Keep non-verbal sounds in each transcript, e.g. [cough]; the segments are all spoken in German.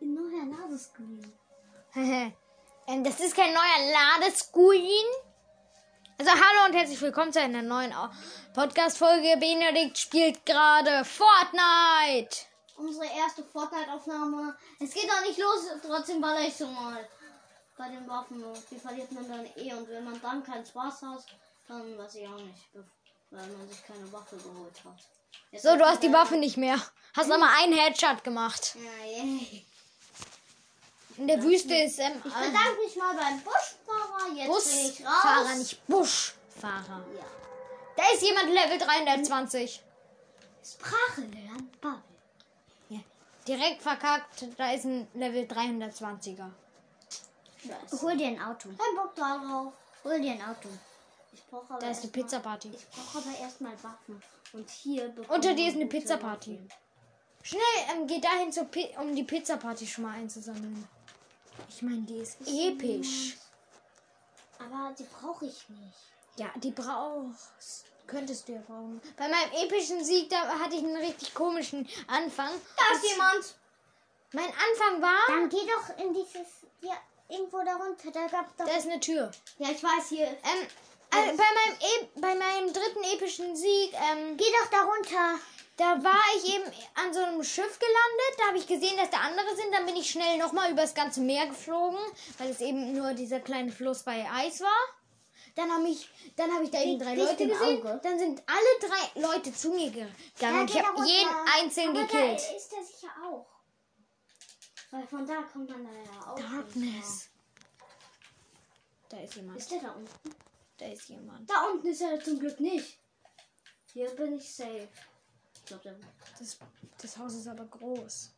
neuer Ladescreen. [laughs] ähm, das ist kein neuer Ladescreen. Also hallo und herzlich willkommen zu einer neuen Au- Podcast-Folge. Benedikt spielt gerade Fortnite. Unsere erste Fortnite-Aufnahme. Es geht doch nicht los, trotzdem baller ich so mal. Bei den Waffen. Die verliert man dann eh. Und wenn man dann keinen Spaß hat, dann weiß ich auch nicht. Weil man sich keine Waffe geholt hat. Jetzt So, du hast die Waffe nicht mehr. Hast nochmal einen Headshot gemacht. Ja, yeah. In der Wüste ist ähm, Ich bedanke mich mal beim Busfahrer. Jetzt bin ich raus. Busfahrer, nicht Buschfahrer. Ja. Da ist jemand Level 320. Sprache lernen, Bubble. Ja. Direkt verkackt, da ist ein Level 320er. Scheiße. Hol dir ein Auto. Kein Bock darauf. Hol dir ein Auto. Ich brauche aber Da ist erst eine mal- Pizzaparty. Ich brauche aber erstmal Waffen. Und hier bekommt Unter dir man ist eine gute Pizzaparty. Waffen. Schnell, ähm, geh dahin, zur Pi um die Pizzaparty schon mal einzusammeln. Ich meine, die ist episch. Aber die brauche ich nicht. Ja, die brauchst. Könntest du ja brauchen. Bei meinem epischen Sieg, da hatte ich einen richtig komischen Anfang. Da ist jemand. Mein Anfang war, Dann geh doch in dieses. Ja, irgendwo darunter. Da gab's doch. da ist eine Tür. Ja, ich weiß hier. Ähm, äh, bei, meinem e bei meinem dritten epischen Sieg, ähm, Geh doch darunter. Da war ich eben an so einem Schiff gelandet. Da habe ich gesehen, dass da andere sind. Dann bin ich schnell nochmal übers ganze Meer geflogen, weil es eben nur dieser kleine Fluss bei Eis war. Dann habe ich, dann habe ich da eben drei siehst Leute du im gesehen. Auge? Dann sind alle drei Leute zu mir gegangen. genau, und ich geh habe da jeden runter. einzeln Aber da gekillt. ist er sicher auch. Weil von da kommt man da ja auch. Darkness. Da ist nicht. jemand. Ist der da unten? Da ist jemand. Da unten ist er zum Glück nicht. Hier bin ich safe. Ich glaube, der Das, das Haus ist aber groß.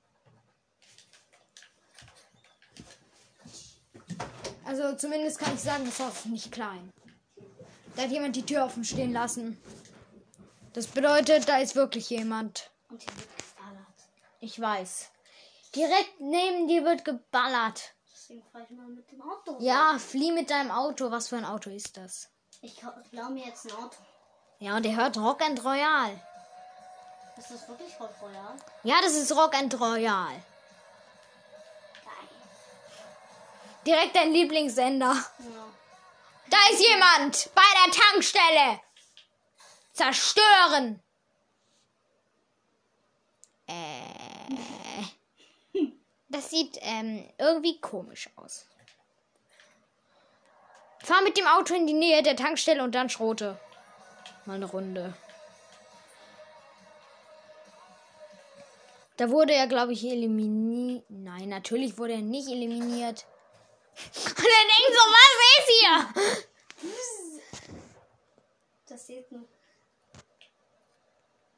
Also zumindest kann ich sagen, das Haus ist nicht klein. Da hat jemand die Tür offen stehen lassen. Das bedeutet, da ist wirklich jemand. Und hier wird geballert. Ich weiß. Direkt neben dir wird geballert. Deswegen fahre ich mal mit dem Auto. Ja, flieh mit deinem Auto. Was für ein Auto ist das? Ich kau- klau mir jetzt ein Auto. Ja, und er hört Rock and Royal. Ist das wirklich Hot Royal? Ja, das ist Rock and Royal. Geil. Direkt dein Lieblingssender. Ja. Da ist jemand bei der Tankstelle. Zerstören. Äh. Das sieht ähm, irgendwie komisch aus. Fahr mit dem Auto in die Nähe der Tankstelle und dann schrote. Mal eine Runde. Da wurde er, glaube ich, eliminiert. Nein, natürlich wurde er nicht eliminiert. [laughs] Und er denkt so, was ist hier? Das sieht man.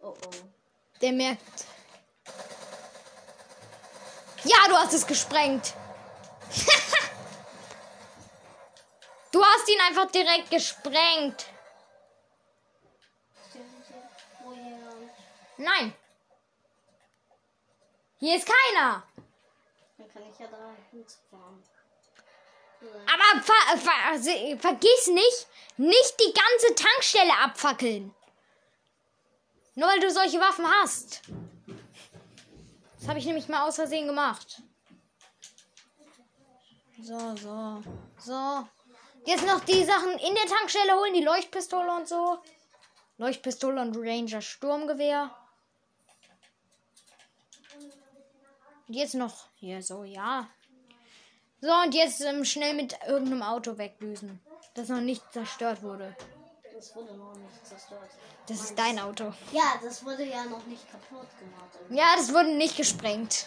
Oh oh. Der merkt. Ja, du hast es gesprengt. [laughs] du hast ihn einfach direkt gesprengt. Steht hier- Oh, Wo hier. Nein. Hier ist keiner. Dann kann ich ja da hinfahren. Aber ver ver se- vergiss nicht, nicht die ganze Tankstelle abfackeln. Nur weil du solche Waffen hast. Das habe ich nämlich mal aus Versehen gemacht. So, so, so. Jetzt noch die Sachen in der Tankstelle holen, die Leuchtpistole und so. Leuchtpistole und Ranger Sturmgewehr. Und jetzt noch hier so, ja. So, und jetzt ähm, schnell mit irgendeinem Auto wegdüsen, das noch nicht zerstört wurde. Das wurde noch nicht zerstört. Das ist dein Auto. Ja, das wurde ja noch nicht kaputt gemacht. Ja, das wurde nicht gesprengt.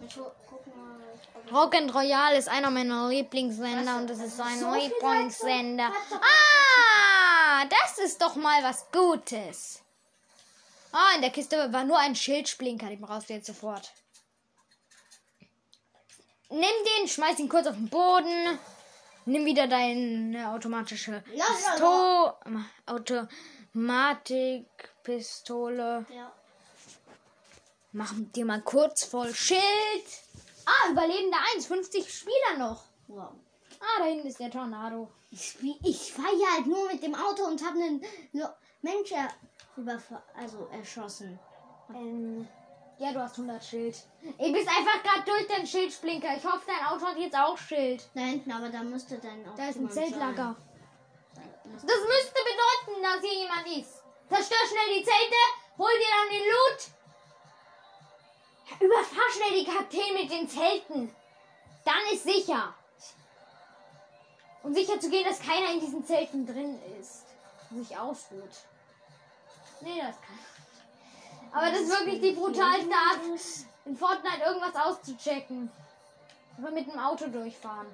Ich gu- guck mal. ob ich- Rock and Royal ist einer meiner Lieblingssender und das ist ein Lieblingssender. Ah, das ist doch mal was Gutes. Ah, in der Kiste war nur ein Schildsplinker, den brauchst du jetzt sofort. Nimm den, schmeiß ihn kurz auf den Boden. Nimm wieder deine automatische Lass mal Pisto Automatikpistole. Ja. Mach dir mal kurz voll Schild. Ah, Überlebender 1, 50 Spieler noch. Wow. Ah, da hinten ist der Tornado. Ich, wie- ich fahre ja halt nur mit dem Auto und habe einen Lo- Mensch er überfa- also erschossen. Ähm, Ja, du hast 100 Schild. Ich bist einfach gerade durch den Schildsplinker. Ich hoffe, dein Auto hat jetzt auch Schild. Da hinten, aber da müsste dann auch. Da ist ein jemand sein. Zeltlager. Da Das müsste- müsste bedeuten, dass hier jemand ist. Zerstör schnell die Zelte, hol dir dann den Loot. Überfahr schnell die Kakteen mit den Zelten. Dann ist sicher. Um sicher zu gehen, dass keiner in diesen Zelten drin ist. und Sich ausruht. Nee, das kann. Aber das ist wirklich die brutalste Art, in Fortnite irgendwas auszuchecken. Einfach mit dem Auto durchfahren.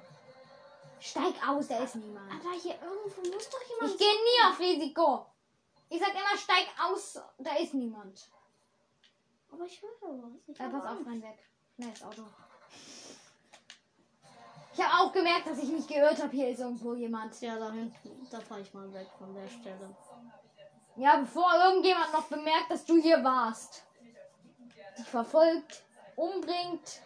Steig aus, da ist niemand. Aber hier irgendwo muss doch Ich jemand. gehe nie auf Risiko. Ich sag immer, steig aus, da ist niemand. Aber ich höre was. Ich Äh, höre pass auf, was. rein weg. Nein, das Auto. Ich habe auch gemerkt, dass ich mich geirrt habe. Hier ist irgendwo jemand. Ja, da hinten. Da fahre ich mal weg von der Stelle. Ja, bevor irgendjemand noch bemerkt, dass du hier warst. Dich verfolgt, umbringt.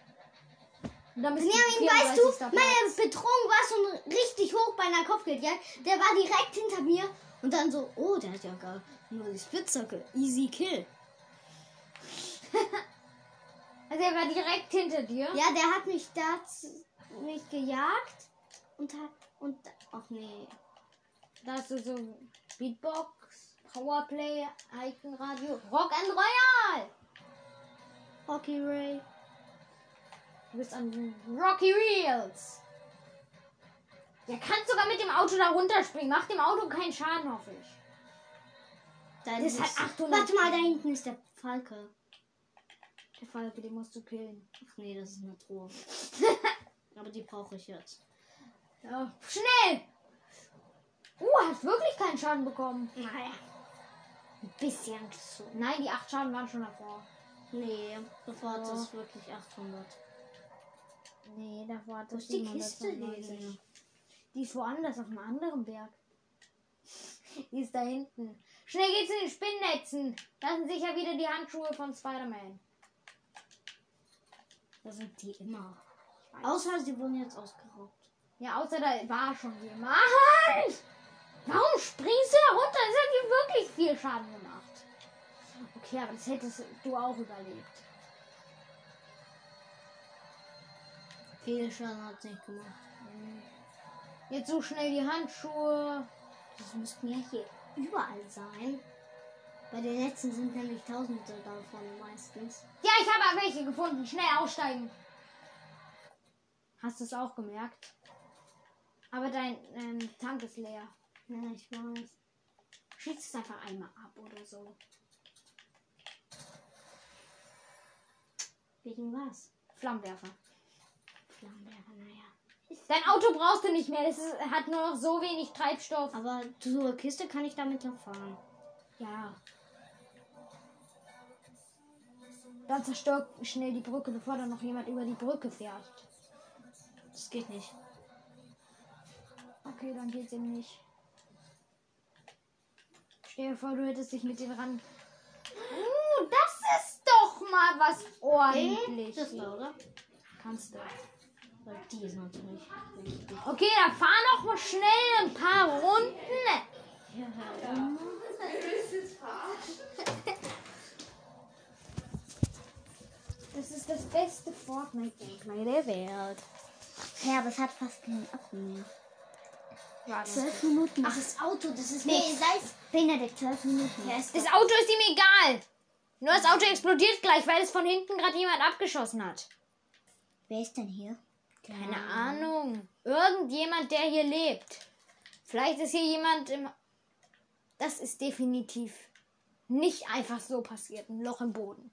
Und dann bist Benjamin, du weißt du, 34. meine Bedrohung war schon richtig hoch bei einer Kopfgeldjagd. Der war direkt hinter mir und dann so, oh, der hat ja gar nur die Spitzhacke. Easy kill. Also er war direkt hinter dir. Ja, der hat mich da z- mich gejagt und hat und ach nee. Da hast du so Beatbox, Powerplay, Icon Radio, Rock and Royal. Hockey Ray. Du bist an den Rocky Reels. Der kann sogar mit dem Auto da runterspringen. Macht dem Auto keinen Schaden, hoffe ich. Da Das ist- halt hat 800. Warte mal, da hinten ist der Falke. Der Falke, den musst du killen. Ach nee, das ist eine [laughs] Truhe. Aber die brauche ich jetzt. Ja. Schnell! Uh, hat wirklich keinen Schaden bekommen. Naja. Ein bisschen zu. Nein, die 8 Schaden waren schon davor. Nee, bevor hat Ja. es wirklich 800. Nee, davor hat Wo das ist die Kiste hin? Die ist woanders, auf einem anderen Berg. Die ist da hinten. Schnell geht's in den Spinnnetzen. Das sind sicher wieder die Handschuhe von Spider-Man. Da sind die immer. Außer sie wurden jetzt ausgeraubt. Ja, außer da war schon jemand. Warum springst du da runter? Das hat dir wirklich viel Schaden gemacht. Okay, aber das hättest du auch überlebt. Viel Schaden hat nicht gemacht. Jetzt so schnell die Handschuhe. Das müssten ja hier überall sein. Bei den letzten sind nämlich Tausende davon meistens. Ja, ich habe welche gefunden. Schnell aussteigen. Hast du es auch gemerkt? Aber dein ähm, Tank ist leer. Ja, ich weiß. Schießt es einfach einmal ab oder so. Wegen was? Flammenwerfer. Flammenwerfer, naja. Dein Auto brauchst du nicht mehr. Das ist, hat nur noch so wenig Treibstoff. Aber zur Kiste kann ich damit noch fahren. Ja. Dann zerstört schnell die Brücke, bevor da noch jemand über die Brücke fährt. Das geht nicht. Okay, dann geht's ihm nicht. Stell dir vor, du hättest dich mit den ran. Uh, das ist doch mal was ordentliches. Das da, oder? Kannst du. Weil die ist natürlich richtig. Okay, dann fahr noch mal schnell ein paar Runden. Ja, ja. Das ist das beste Fortnite-Gameplay der Welt. Ja, aber es hat fast keinen Akku mehr. Das 12 Minuten. Ach, das Auto, das ist Nee, sei es Benedikt, 12 Minuten. Ja, ist Auto ist ihm egal. Nur das Auto explodiert gleich, weil es von hinten gerade jemand abgeschossen hat. Wer ist denn hier? Keine Ahnung. Irgendjemand, der hier lebt. Vielleicht ist hier jemand im. Das ist definitiv nicht einfach so passiert. Ein Loch im Boden.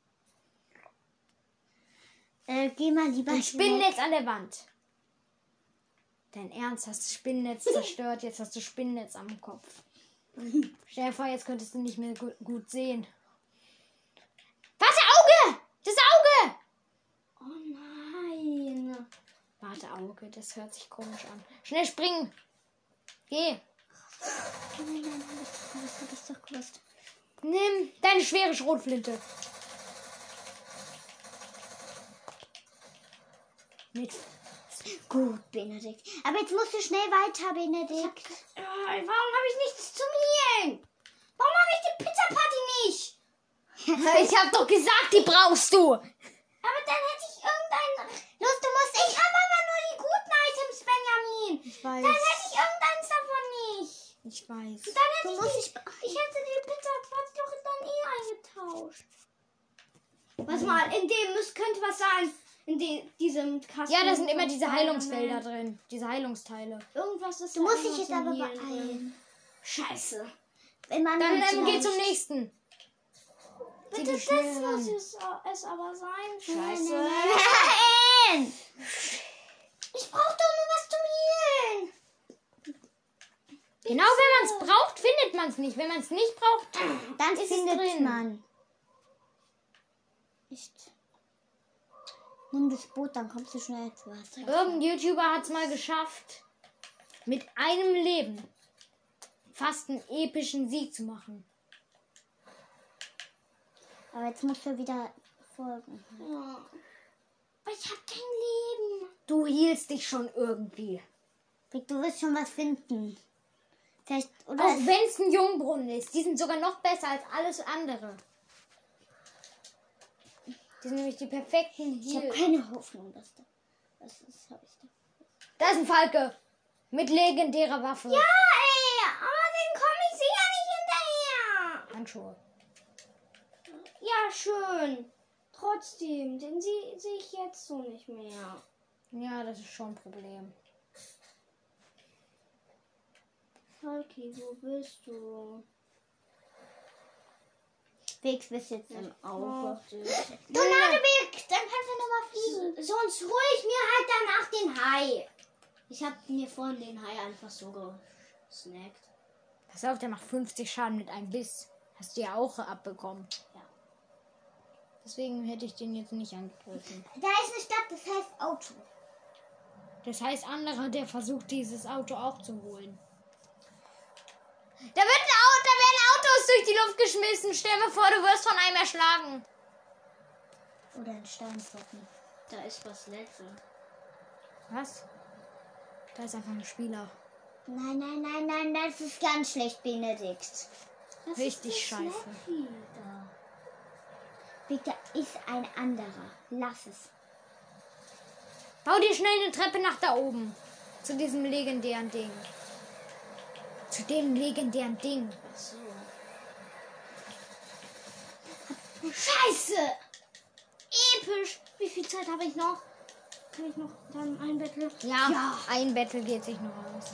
Äh, geh mal lieber Ein schnell. Spinnennetz an der Wand. Dein Ernst, hast du Spinnennetz zerstört, jetzt hast du Spinnennetz am Kopf. Stell dir vor, jetzt könntest du nicht mehr gu gut sehen. Warte, Auge! Das Auge! Oh nein. Warte, Auge, das hört sich komisch an. Schnell springen! Geh! Nein, nein, nein, das, das hab ich doch gewusst. Nimm deine schwere Schrotflinte. Mit. Gut, Benedikt. Aber jetzt musst du schnell weiter, Benedikt. Äh, [laughs] Warum habe ich nichts zum Healen? Warum habe ich die Pizza Party nicht? Ich hab doch gesagt, die brauchst du. Aber dann hätte ich irgendeinen. Los, du musst. Ich habe aber nur die guten Items, Benjamin. Ich weiß. Dann hätte ich irgendeins davon nicht. Ich weiß. Dann hätte ich, die, ich, hätte die Pizza Quatsch doch dann eh eingetauscht. Warte mal, in dem müsst, könnte was sein. In de, diesem Kasten. Ja, da sind immer von diese Spider-Man. Heilungsfelder drin. Diese Heilungsteile. Irgendwas ist Du da musst immer dich jetzt so aber hier drin. beeilen. Scheiße. Wenn man Dann ähm, geh zum nächsten. Zieh Bitte, die das schnell muss ran. es, es aber sein. Scheiße. [laughs] Nein! Ich brauche doch nur was zum Healen. Genau, wenn man es braucht, findet man es nicht. Wenn man es nicht braucht, Dann Ist es findet drin? man. Echt. Nimm das Boot, dann kommst du schnell ins Wasser. irgendein YouTuber hat es mal geschafft, mit einem Leben fast einen epischen Sieg zu machen. Aber jetzt musst du wieder folgen. Ja. Aber ich hab kein Leben. Du hielst dich schon irgendwie. Rick, du wirst schon was finden. Vielleicht, oder? Auch wenn es ein Jungbrunnen ist. Die sind sogar noch besser als alles andere. Die sind nämlich die perfekten ich habe Heal. keine Hoffnung, dass da. Das ist, hab ich da. Da ist ein Falke. Mit legendärer Waffe. Ja! ey, aber dann komme ich sicher nicht hinterher. Handschuhe. Ja, schön. Trotzdem, den sie- sehe ich jetzt so nicht mehr. Ja, das ist schon ein Problem. Falki, wo bist du? Wegs bist jetzt im Auge. Brauch dich. Donate Weg, dann kannst du nochmal fliegen. Sonst hol ich mir halt danach den Hai. Ich hab mir vorhin den Hai einfach so gesnackt. Pass auf, der macht 50 Schaden mit einem Biss. Hast du ja auch abbekommen. Ja. Deswegen hätte ich den jetzt nicht angegriffen. Da ist eine Stadt, das heißt Auto. Das heißt, anderer, der versucht, dieses Auto auch zu holen. Da, wird ein Auto, da werden Autos durch die Luft geschmissen. Stell mir vor, du wirst von einem erschlagen. Oder ein Steinflocken. Da ist was Letztes. Was? Da ist einfach ein Spieler. Nein, nein, nein, nein, das ist ganz schlecht, Benedikt. Das Richtig ist das scheiße. Snacky da. Bitte ist ein anderer. Lass es. Bau dir schnell eine Treppe nach da oben. Zu diesem legendären Ding. Zu dem legendären Ding. Ach so. Scheiße! Episch! Wie viel Zeit habe ich noch? Kann ich noch dann ein Battle? Ja, ein Battle geht sich noch aus.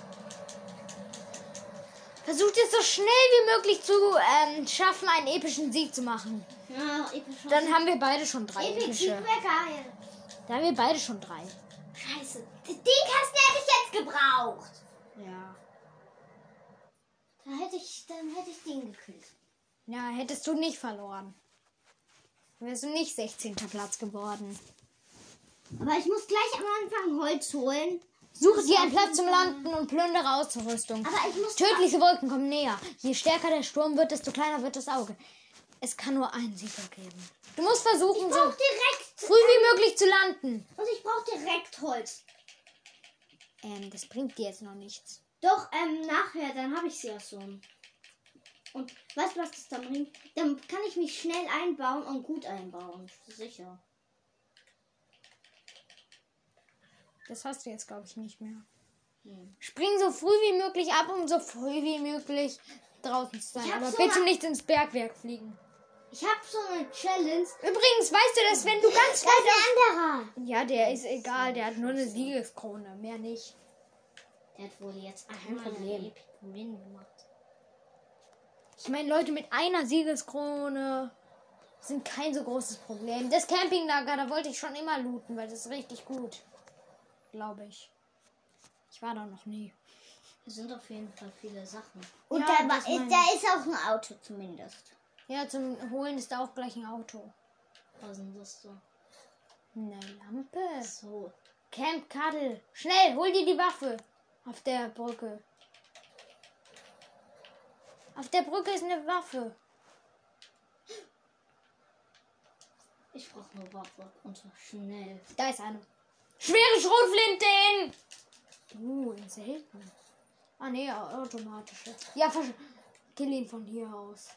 Versucht es so schnell wie möglich zu ähm, schaffen, einen epischen Sieg zu machen. Ja, episch. Dann haben wir beide schon drei Epic epische. Sieg wäre geil. Da haben wir beide schon drei. Scheiße. Den Kasten hätte ich jetzt gebraucht. Ja. Da hätte ich, dann hätte ich den gekillt. Ja, hättest du nicht verloren. Wärst du nicht 16. Platz geworden. Aber ich muss gleich am Anfang Holz holen. Suche dir einen Platz zum Landen und plündere Ausrüstung. Aber ich muss. Tödliche Wolken kommen näher. Je stärker der Sturm wird, desto kleiner wird das Auge. Es kann nur einen Sieger geben. Du musst versuchen, so brauche direkt. früh wie möglich zu landen. Und ich brauche direkt Holz. Ähm, das bringt dir jetzt noch nichts. Doch, ähm, nachher, dann habe ich sie ja schon. Und weißt du, was das dann bringt? Dann kann ich mich schnell einbauen und gut einbauen. Sicher. Das hast du jetzt, glaube ich, nicht mehr. Spring so früh wie möglich ab, um so früh wie möglich draußen zu sein. Ich hab Aber so bitte ne- nicht ins Bergwerk fliegen. Ich habe so eine Challenge. Übrigens, weißt du, dass wenn du ganz Das ist ein anderer. Ja, der ist egal. Der hat nur eine Siegeskrone. Mehr nicht. Der hat wohl jetzt einmal Problem. einen Epic Win gemacht. Ich meine, Leute mit einer Siegeskrone sind kein so großes Problem. Das Campinglager, da wollte ich schon immer looten, weil das ist richtig gut. Glaube ich. Ich war da noch nie. Es sind auf jeden Fall viele Sachen. Und Ja, da, war, das meine ist, da ist auch ein Auto zumindest. Ja, zum Holen ist da auch gleich ein Auto. Was sind das so? Eine Lampe. So. Camp Cuddle. Schnell, hol dir die Waffe. Auf der Brücke. Auf der Brücke ist eine Waffe. Ich brauche eine Waffe und zwar schnell. Da ist eine. Schwere Schrotflinten! Uh, selten. Ah ne, automatische. Ja, versch- kill ihn von hier aus.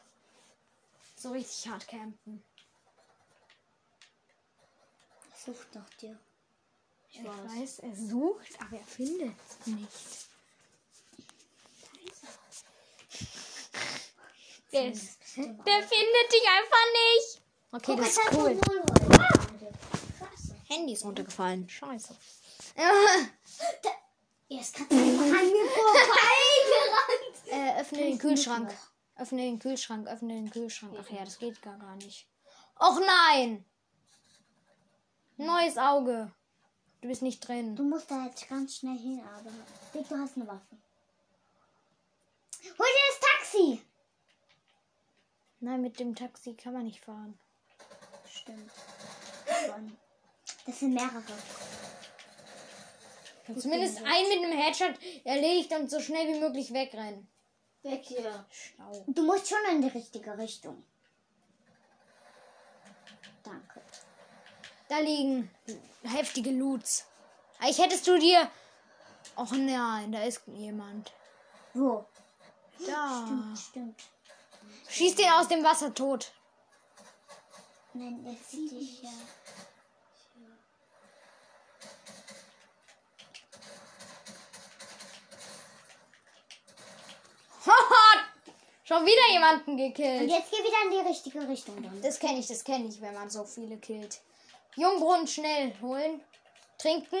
So richtig hart campen. Sucht nach dir. Ich weiß, er sucht, aber er findet es nicht. Der, ist, der findet dich einfach nicht. Okay, das ist cool. Scheiße. Handy ist runtergefallen. [laughs] Scheiße. Jetzt [laughs] kannst du einfach an mir [laughs] vorbeigerannt. Äh, öffne den Kühlschrank. Öffne den Kühlschrank, öffne den Kühlschrank. Ach ja, das geht gar, gar nicht. Och nein! Neues Auge. Du bist nicht drin. Du musst da jetzt ganz schnell hin, aber Dick, du hast eine Waffe. Hol dir das Taxi! Nein, mit dem Taxi kann man nicht fahren. Stimmt. Schon. Das sind mehrere. Zumindest einen mit einem Headshot erledigt und so schnell wie möglich wegrennen. Weg hier. Schlau. Du musst schon in die richtige Richtung. Danke. Da liegen heftige Loots. Eigentlich hättest du dir. Och nein, da ist jemand. Wo? Ah. Da. Stimmt. Schieß den aus dem Wasser tot. [laughs] Nein, jetzt sieht dich ja. Haha! Schon wieder jemanden Und gekillt. jetzt geh wieder in die richtige Richtung dann. Das kenne ich, das kenne ich, wenn man so viele killt. Jungbrunnen schnell holen. Trinken.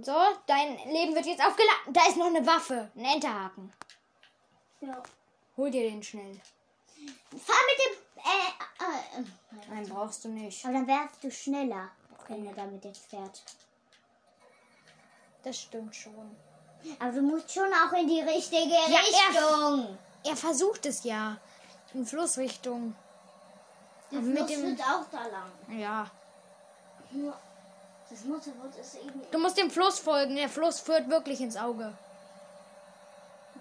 So, dein Leben wird jetzt aufgeladen. Da ist noch eine Waffe. Ein Enterhaken. Ja. Hol dir den schnell. Fahr mit dem. Äh, äh, äh. Nein, brauchst du nicht. Aber dann wärst du schneller, wenn er damit jetzt fährt. Das stimmt schon. Aber du musst schon auch in die richtige Ja, Richtung. Er versucht es ja. In Flussrichtung. Der mit Fluss dem- führt auch da lang. Ja. Nur das Mutterwort ist eben. Du musst dem Fluss folgen. Der Fluss führt wirklich ins Auge.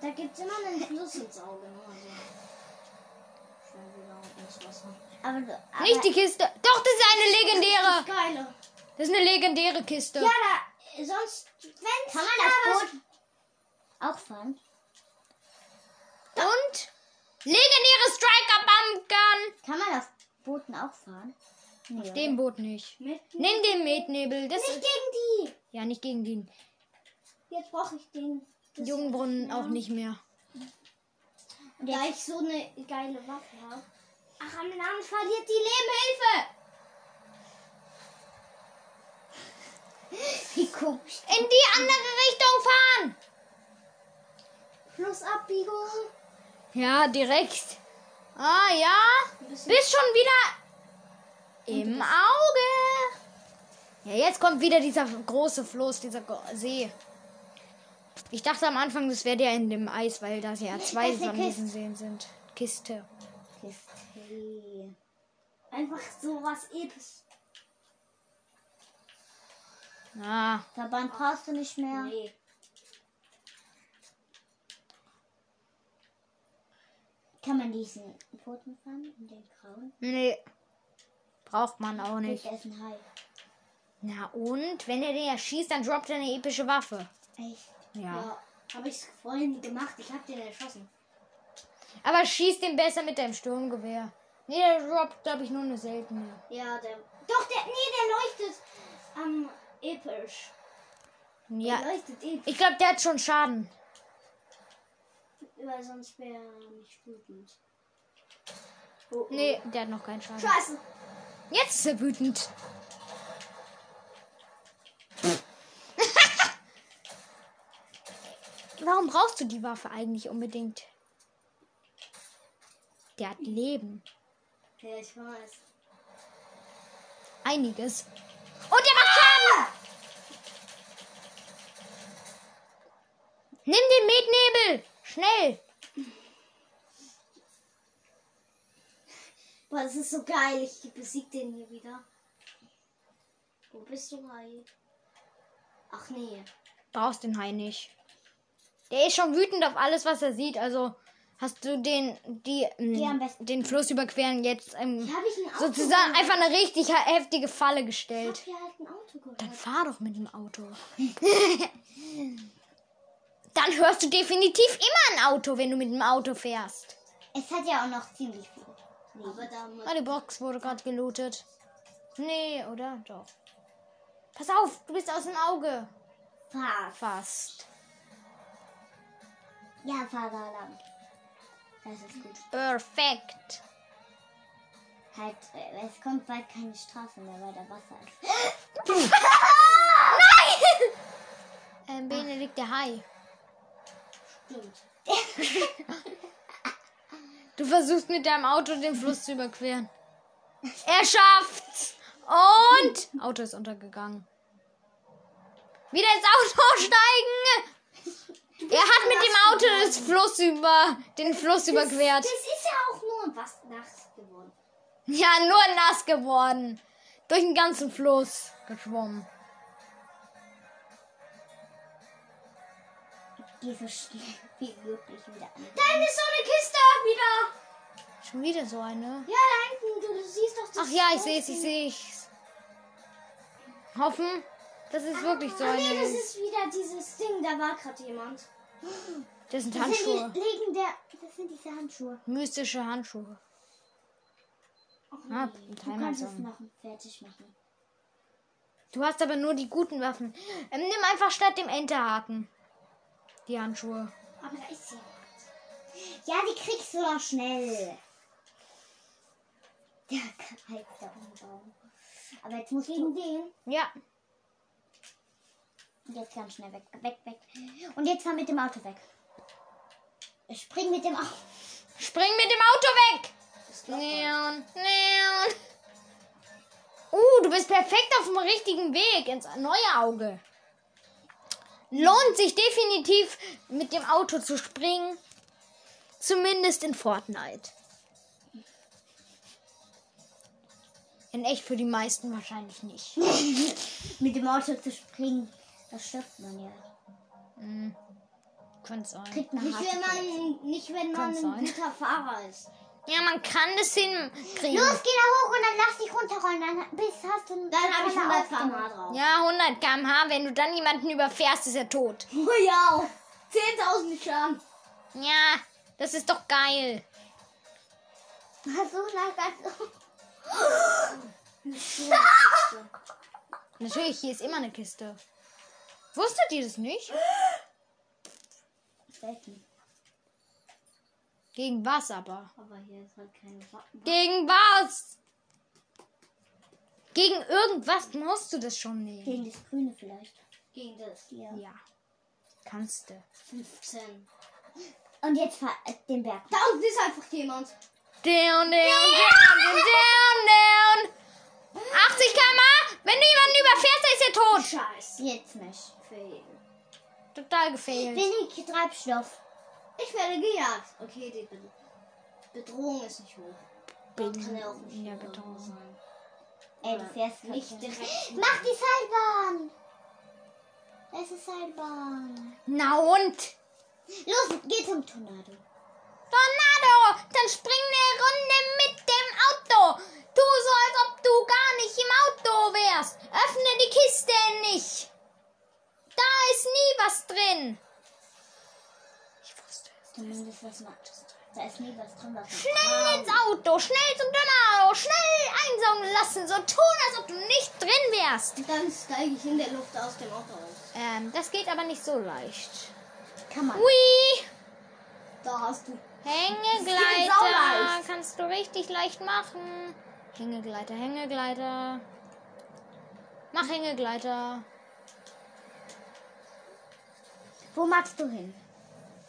Da gibt es immer einen Fluss ins Auge. Ne? Also, schnell wieder unten ins Wasser. Aber, du- aber Nicht die Kiste. Doch, das ist eine legendäre. Geile. Das ist eine legendäre Kiste. Ja, da, äh, sonst, wenn Kann man das Boot auch fahren? Und legendäre Striker Bumpgun. Kann man auf Booten auch fahren? Nee, Auf dem Boot nicht. Mit Nimm den Metnebel. Das nicht ist gegen die. ja nicht gegen den Jetzt brauche ich den. Das- Jungbrunnen auch nicht mehr. Da ich so eine geile Waffe habe. Ach, am Namen verliert die Lebenhilfe. [laughs] Wie komisch. In die andere Richtung fahren. Flussabbiegung. Ja, direkt. Ah ja. Bist schon wieder im Auge. Ja, jetzt kommt wieder dieser große Floß, dieser Go See. Ich dachte am Anfang, das wäre der in dem Eis, weil da ja zwei Das ist eine von diesen Seen sind. Kiste. Kiste. Einfach so was episch. Ah. Verband brauchst du nicht mehr. Nee. Kann man diesen roten fahren? In den grauen? Nee. Braucht man auch nicht. Der ist ein Hai. Na und? Wenn er den erschießt, dann droppt er eine epische Waffe. Echt? Ja. Habe ich vorhin gemacht. Ich habe den erschossen. Aber schießt den besser mit deinem Sturmgewehr. Nee, der droppt, glaube ich, nur eine seltene. Ja, der. Doch, der. Nee, der leuchtet am episch. Der Ja. leuchtet episch, Ich glaube, der hat schon Schaden. weil sonst wäre er nicht wütend. Nee, der hat noch keinen Schaden. Scheiße! Jetzt ist er wütend. [laughs] Warum brauchst du die Waffe eigentlich unbedingt? Der hat Leben. Ja, ich weiß. Einiges. Und er macht Ah! Schaden! Nimm den Metnebel! Schnell! Boah, das ist so geil. Ich besieg den hier wieder. Wo bist du, Hai? Ach nee. Brauchst den Hai nicht. Der ist schon wütend auf alles, was er sieht. Also hast du den, die, ähm, Geh am besten. den Fluss überqueren jetzt ähm, Hier habe ich ein Auto. sozusagen einfach eine richtig he- heftige Falle Ich [laughs] gestellt. hab hier halt ein Auto gehört. Dann fahr doch mit dem Auto. Dann hörst du definitiv immer ein Auto, wenn du mit dem Auto fährst. Es hat ja auch noch ziemlich viel. Aber da muss Ah, die Box wurde gerade gelootet. Nee, oder? Doch. Pass auf, du bist aus dem Auge. Fahr. Fast. Ja, fahr da lang. Das ist gut. Perfekt. Halt, äh, es kommt bald keine Straße mehr, weil da Wasser ist. Ähm, Benedikt der Hai. stimmt. Du versuchst mit deinem Auto den Fluss zu überqueren. Er schafft's! Und? Auto ist untergegangen. Wieder ins Auto [laughs] steigen! Er hat mit dem Auto das Fluss über, den Fluss überquert. Das ist ja auch nur was nachts geworden. Ja, nur nass geworden. Durch den ganzen Fluss geschwommen. Geh [laughs] so schnell wie möglich wieder an. Da hinten ist so eine Kiste wieder. Schon wieder so eine. Ja, da hinten, du, du siehst doch das. Ach ja, ich seh's, ich seh's. Hoffen, dass es wirklich so Ah, nee, eine das ist. ist wieder dieses Ding, da war gerade jemand. Das sind Das sind Handschuhe. die legendär. Das sind diese Handschuhe. Mystische Handschuhe. Ah, ein Du kannst es um. Timer noch fertig machen. Du hast aber nur die guten Waffen. Ähm, nimm einfach statt dem Enterhaken die Handschuhe. Aber da ist sie. Ja, die kriegst du noch schnell. Der kann halt da umbauen. Aber jetzt musst Gegen du den. Ja. Und jetzt ganz schnell weg, weg, weg. Und jetzt fahr mit dem Auto weg. Spring mit dem Auto. Spring mit dem Auto weg! Das glaubt man. Neon, neon. Uh, du bist perfekt auf dem richtigen Weg ins neue Auge. Lohnt sich definitiv mit dem Auto zu springen. Zumindest in Fortnite. In echt für die meisten wahrscheinlich nicht. Mit dem Auto zu springen. Das stirbt man ja. Könnte sein. Kriegt man Nicht wenn man, nicht wenn man Kann sein. ein guter Fahrer ist. Ja, man kann das hinkriegen. Los, geh da hoch und dann lass dich runterrollen. Dann bist, hast du Dann habe ich eine 100 Ausdauer. km/h drauf. Ja, 100 km/h. Wenn du dann jemanden überfährst, ist er tot. Oh ja, 10.000 Schaden. Ja, das ist doch geil. Versuch nach ganz [laughs] Natürlich, hier ist immer eine Kiste. Wusstet ihr das nicht? oben. Gegen was aber? Aber hier ist halt keine Waffen. Gegen was? Gegen irgendwas musst du das schon nehmen. Gegen das Grüne vielleicht. Gegen das hier. Ja. Ja. Kannst du. 15. Und jetzt fahr äh, den Berg. Da unten ist einfach jemand. Down, down, down, down, down. 80 km/h. Wenn du jemanden überfährst, dann ist er tot. Scheiße. Jetzt mich. Für jeden. Total gefehlt. Wenig Treibstoff. Ich werde gejagt. Okay, die Be Bedrohung ist nicht hoch. Bin kann ja auch nicht ja, hoch Bedrohung. sein. Ey, du fährst Nicht nicht. direkt. Mach die Seilbahn. Das ist Seilbahn. Na und? Los, geh zum Tornado. Tornado, dann spring eine Runde mit dem Auto. Tu so, als ob du gar nicht im Auto wärst. Öffne die Kiste nicht. Da ist nie was drin. Ich wusste es. Zumindest was macht. Da ist nie was drin, was man Schnell ins Auto, schnell zum Tornado, schnell einsaugen lassen. So tun, als ob du nicht drin wärst. Und dann steige ich in der Luft aus dem Auto aus. Ähm, das geht aber nicht so leicht. kann man. Ui, Da hast du. Hängegleiter sauleicht. kannst du richtig leicht machen. Hängegleiter, Hängegleiter. Mach Hängegleiter. Wo magst du hin?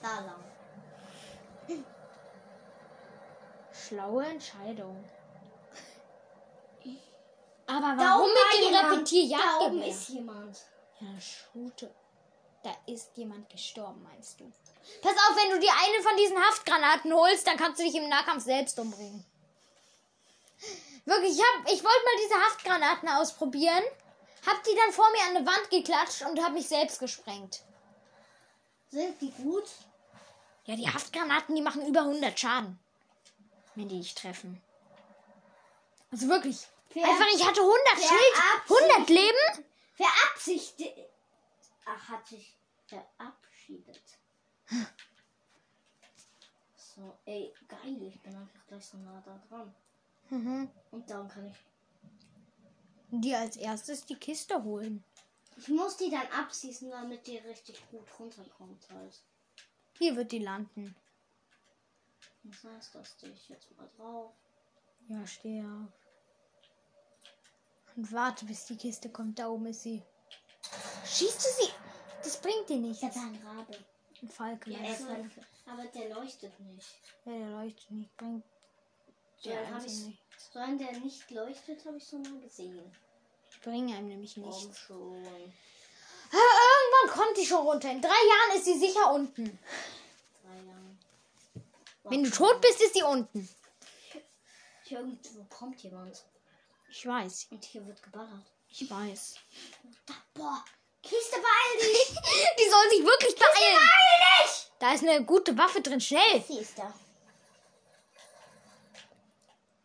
Da lang. Schlaue Entscheidung. Da Aber warum oben war mit dem jemand. Da oben Repetierjagdgewehr? ist jemand. Ja, Schute. Da ist jemand gestorben, meinst du? Pass auf, wenn du dir eine von diesen Haftgranaten holst, dann kannst du dich im Nahkampf selbst umbringen. Wirklich, ich, hab- ich wollte mal diese Haftgranaten ausprobieren, hab die dann vor mir an eine Wand geklatscht und hab mich selbst gesprengt. Sind die gut? Ja, die Haftgranaten, die machen über 100 Schaden, wenn die dich treffen. Also wirklich. Wer- Einfach, ich hatte 100 ab- Schild, 100 Leben. Verabsichtigt. Ach, hat sich. Verabsichtigt. verabschiedet. Hm. So, ey, geil, ich bin einfach gleich so nah da dran. Mhm. Und dann kann ich. Dir als erstes die Kiste holen. Ich muss die dann abschießen, damit die richtig gut runterkommt halt. Hier wird die landen. Das heißt, das stehe ich jetzt mal drauf. Ja, steh auf. Und warte, bis die Kiste kommt. Da oben ist sie. Schießt du sie? Das bringt dir nichts. Das war ein Rabe. Ein Falke. Ja, meinst so, du? ja, aber der leuchtet nicht. der leuchtet nicht. Bringt Ja, Ja, hab also ich, nicht. so einen, der nicht leuchtet, habe ich schon mal gesehen. bringen einem nämlich nichts. Komm schon. Ah, irgendwann kommt die schon runter. In drei Jahren ist sie sicher unten. Drei Jahre. Wenn du tot bist, ist sie unten. Irgendwo kommt jemand. Ich weiß. Und hier wird geballert. Ich weiß. [laughs] Da, boah. Kiste, beeil dich. Die soll sich wirklich beeilen. Beeil dich. Da ist eine gute Waffe drin. Schnell. Sie ist da.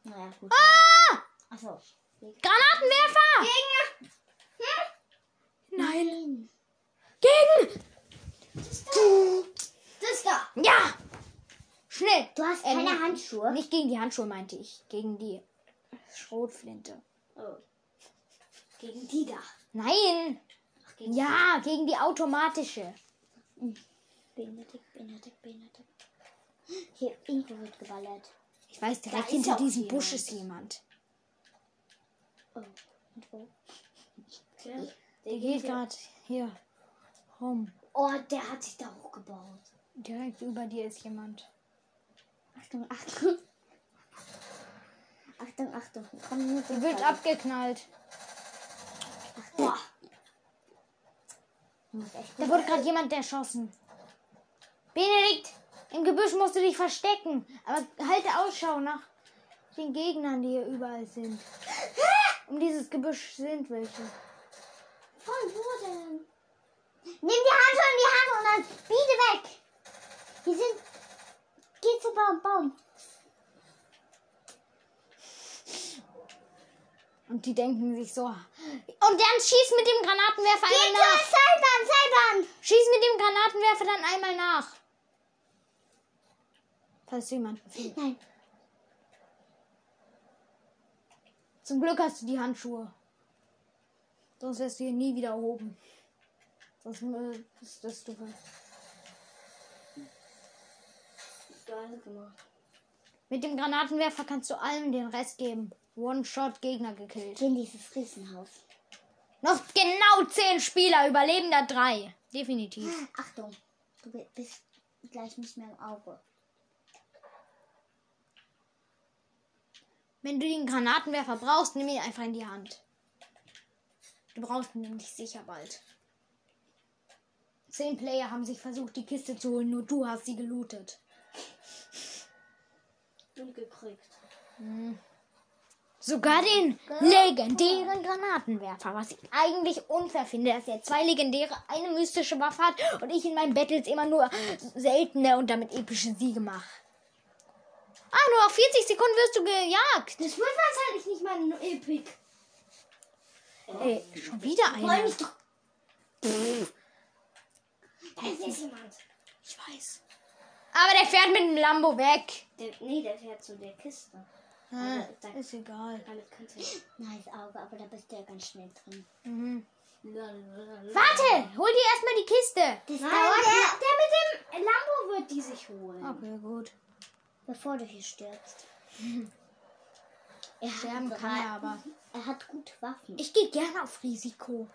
Naja, gut. Ah! Achso. Granatenwerfer! Gegen. Nein. Gegen! Das da. Ja! Schnell! Du hast Ähm, keine Handschuhe. Nicht gegen die Handschuhe meinte ich. Gegen die Schrotflinte. Oh. Gegen die da. Nein! Ach, gegen Ja, gegen die automatische. Benedikt, Benedikt, Benedikt. Hier, irgendwo wird geballert. Ich weiß, direkt ist hinter auch diesem jemand. Busch ist jemand. Oh. Und wo? Der, Der geht geht ja. gerade hier rum. Oh, der hat sich da hochgebaut. Direkt über dir ist jemand. Achtung, Achtung. Achtung, Achtung. Komm nur Die wird abgeknallt. Boah. Da wurde gerade jemand erschossen. Benedikt, im Gebüsch musst du dich verstecken. Aber halte Ausschau nach den Gegnern, die hier überall sind. Um dieses Gebüsch sind welche. Von wo denn? Nimm die Handschuhe in die Hand und dann biete weg. Hier sind. Geh zu Baum, Baum. Und die denken sich so. Und dann schieß mit dem Granatenwerfer Geh einmal zu nach. Seilbahn, Seilbahn. Schieß mit dem Granatenwerfer dann einmal nach. Falls du jemanden findest. Nein. Zum Glück hast du die Handschuhe. Sonst wirst du hier nie wieder erhoben. Sonst müsstest du. Geil gemacht. Mit dem Granatenwerfer kannst du allem den Rest geben. One-Shot Gegner gekillt. Geh in dieses Riesenhaus. Noch genau zehn Spieler, überlebender drei. Definitiv. Ah, Achtung. Du bi- bist gleich nicht mehr im Auge. Wenn du den Granatenwerfer brauchst, nimm ihn einfach in die Hand. Du brauchst ihn nämlich sicher bald. Zehn Player haben sich versucht, die Kiste zu holen, nur du hast sie gelootet. Und gekriegt. Sogar den legendären Granatenwerfer, was ich eigentlich unfair finde, dass er zwei legendäre, eine mystische Waffe hat und ich in meinen Battles immer nur seltene und damit epische Siege mache. Ah, nur auf 40 Sekunden wirst du gejagt. Das wird wahrscheinlich nicht mal ein Epic. Ey, schon wieder Freue einer. mich doch. Da ist jemand. Ich weiß. Aber der fährt mit dem Lambo weg. Der, nee, der fährt zu der Kiste. Ah, Aber da, ist egal. damit könnte ich. Nice Auge, aber da bist du ja ganz schnell drin. Mhm. Warte! Warte, hol dir erstmal die Kiste. Nein, der, der mit dem Lambo wird die sich holen. Okay, gut. Bevor du hier stirbst. Sterben kann er aber. Er hat gute Waffen. Ich gehe gerne auf Risiko.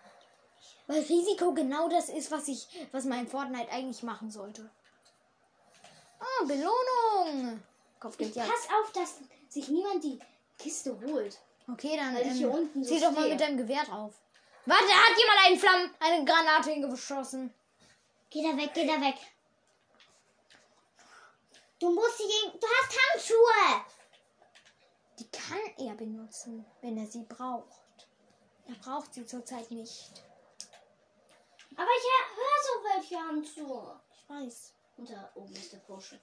Weil Risiko genau das ist, was ich, was mein Fortnite eigentlich machen sollte. Oh, Belohnung! Kopf geht ja. Pass auf, dass sich niemand die Kiste holt. Okay, dann Weil ich hier unten ähm, so zieh doch mal stehe. mit deinem Gewehr drauf. Warte, da hat jemand einen Flammen, eine Granate hingeschossen. Geh da weg, geh da weg. Du musst dich gegen. Du hast Handschuhe. Die kann er benutzen, wenn er sie braucht. Er braucht sie zurzeit nicht. Aber ich höre so welche an zu. Ich weiß. Und da oben ist der Porsche.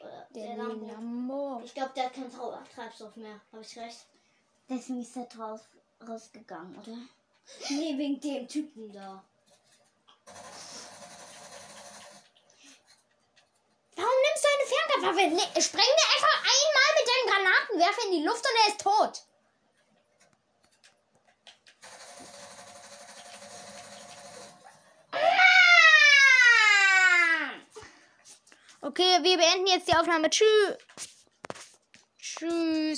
Oder Der, der Lambo. Lambo. Ich glaube, der hat keinen Trau- Treibstoff mehr. Habe ich recht? Deswegen ist er draus, rausgegangen, oder? Nee, wegen dem Typen da. Verwenden. Nee, spreng mir Ne, einfach einmal mit deinem Granatenwerfer in die Luft und er ist tot. Okay, wir beenden jetzt die Aufnahme. Tschüss. Tschüss.